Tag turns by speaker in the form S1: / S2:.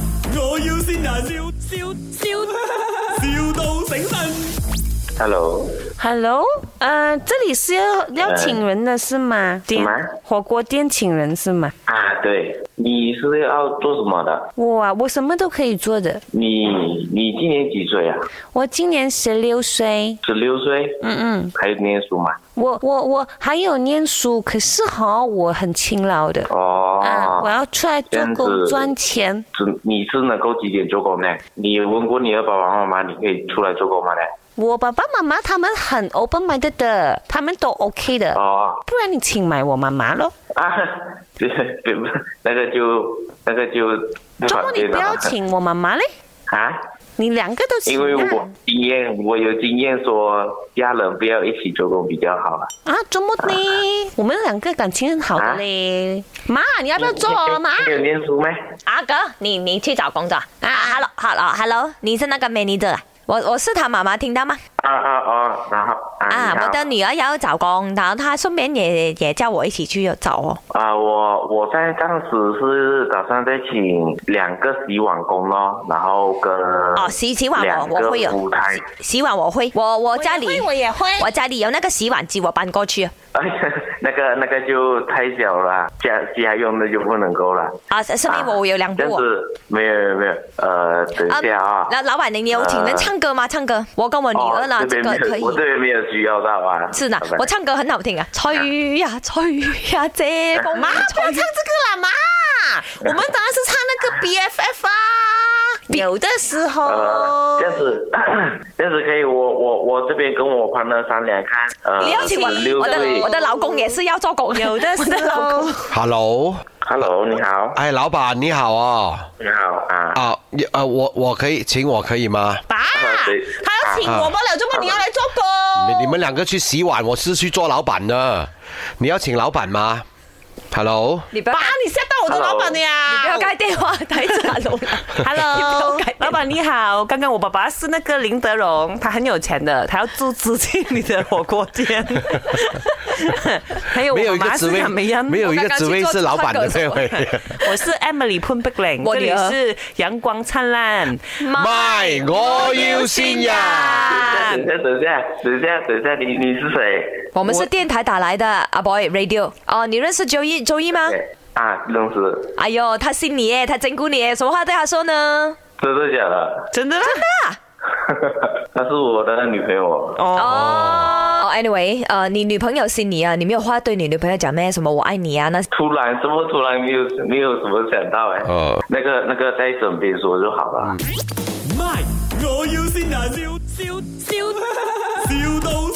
S1: 要先人，笑笑笑，,笑到醒神。
S2: Hello，
S3: Hello，呃，这里是要要请人的是吗？
S2: 呃什么
S3: 火锅店请人是吗？
S2: 啊，对，你是要做什么的？
S3: 我啊，我什么都可以做的。
S2: 你你今年几岁啊？
S3: 我今年十六岁，
S2: 十六岁？嗯嗯。还念书吗？
S3: 我我我还有念书，可是哈，我很勤劳的。
S2: 哦。
S3: 啊，我要出来做
S2: 这样
S3: 工
S2: 子
S3: 赚钱。
S2: 只你是能够几点做工呢？你有问过你的爸爸妈妈，你可以出来做工吗呢？
S3: 我爸爸妈妈他们很 open minded 的，他们都 OK 的。
S2: 哦
S3: 不然你请埋我妈妈咯。
S2: 啊， 这这那个就那个就
S3: 周末你不要
S2: 请
S3: 请我妈妈嘞，
S2: 啊，
S3: 你两个都请
S2: 因为
S3: 啊
S2: 我。经验，我有经验说家人不要一起做工比较好啊。
S3: 啊，周末呢？我们两个感情很好的嘞。妈，你要不要做啊我妈？
S2: 你有念书吗？
S4: 阿哥，你你去找工作啊？Hello，好了，Hello，你是那个 manager 啊？我我是他妈妈，听到吗？
S2: 啊啊啊，然后啊
S4: 啊，
S2: 你好
S4: 我的女儿要找工，然后她顺便也也叫我一起去找哦。
S2: 啊，我我在当时是打算再请两个洗碗工咯，然后跟
S4: 哦，洗洗碗
S2: 两
S4: 我我
S2: 个
S4: 会有
S2: 服务台，
S4: 洗洗碗我会，我我家里
S3: 我也会。
S4: 我家里有那个洗碗机，我搬过去啊
S2: 哎呀那个那个就太小了，家家用的就不能够了。
S4: 啊，是是因为我有两
S2: 这
S4: 部
S2: 样
S4: 哦。
S2: 子没有没有没有，呃，等一下啊。
S4: 老老板娘，你有请人
S2: 呃
S4: 唱歌吗？唱歌，我跟我女儿呢
S2: 哦，
S4: 这
S2: 这边
S4: 个
S2: 没有
S4: 可以
S2: 我。这边没有需要到啊。
S4: 是呢
S2: 拜拜，
S4: 我唱歌很好听啊，吹呀吹呀，这风
S3: 妈，不要唱
S4: 吹
S3: 这。个啦，妈！我们当然是唱那个 BFF 啊。有的时
S2: 呃，
S4: 哦
S3: 候
S2: 这，样子，这样子可以，我我我这边跟我 partner 商量看，呃，
S4: 你要请我
S2: 六
S4: 我
S2: 岁
S4: 的我的老公也是要做狗，
S3: 有的时候，
S5: Hello，
S2: ，Hello，你好，
S5: 哎，老板你好啊、
S2: 你好啊，
S5: 啊，你呃，我我可以请我可以吗？
S3: 爸，
S2: 对
S3: 他要请我们了，这么你要来做工？
S5: 你你们两个去洗碗，我是去做老板的。你要请老板吗？Hello，
S4: 你不要
S3: 爸，你吓到我的老板了呀！
S4: 啊不要盖电话，太傻了。
S3: Hello，
S4: 你不要改
S3: 老板你好。刚刚我爸爸是那个林德荣，他很有钱的，他要住资进你的火锅 店。还有我
S5: 没
S3: 妈
S5: 有一个
S3: 妈
S5: 职
S3: 是
S5: 位，
S3: 怎么样？
S5: 没有一个职位是老板的那位。
S3: 我是 Emily 潘碧玲，
S4: 我
S3: 这里
S4: 女儿
S3: 是阳光灿 烂。
S5: My，我要先
S3: 啊
S5: 人。
S2: 等一下，等一下，等一下，等一下，你你是谁？
S4: 我们是电台打来的，阿 boy radio。哦，你认识周一周一吗？
S2: 对啊，认识，
S4: 哎呦，他信你耶，他整蛊你耶，什么话对他说呢？
S2: 真的假的？
S3: 真的啦，
S2: 她是我的女朋友。
S3: 哦，
S4: 哦，anyway，呃，你女朋友信你啊，你没有话对你女朋友讲咩？什么我爱你啊？那
S2: 突然，怎么突然没有没有什么想到哎、
S5: 哦
S2: 那个那个在枕边说就好了。
S1: 卖，我要先人，笑笑笑，,笑到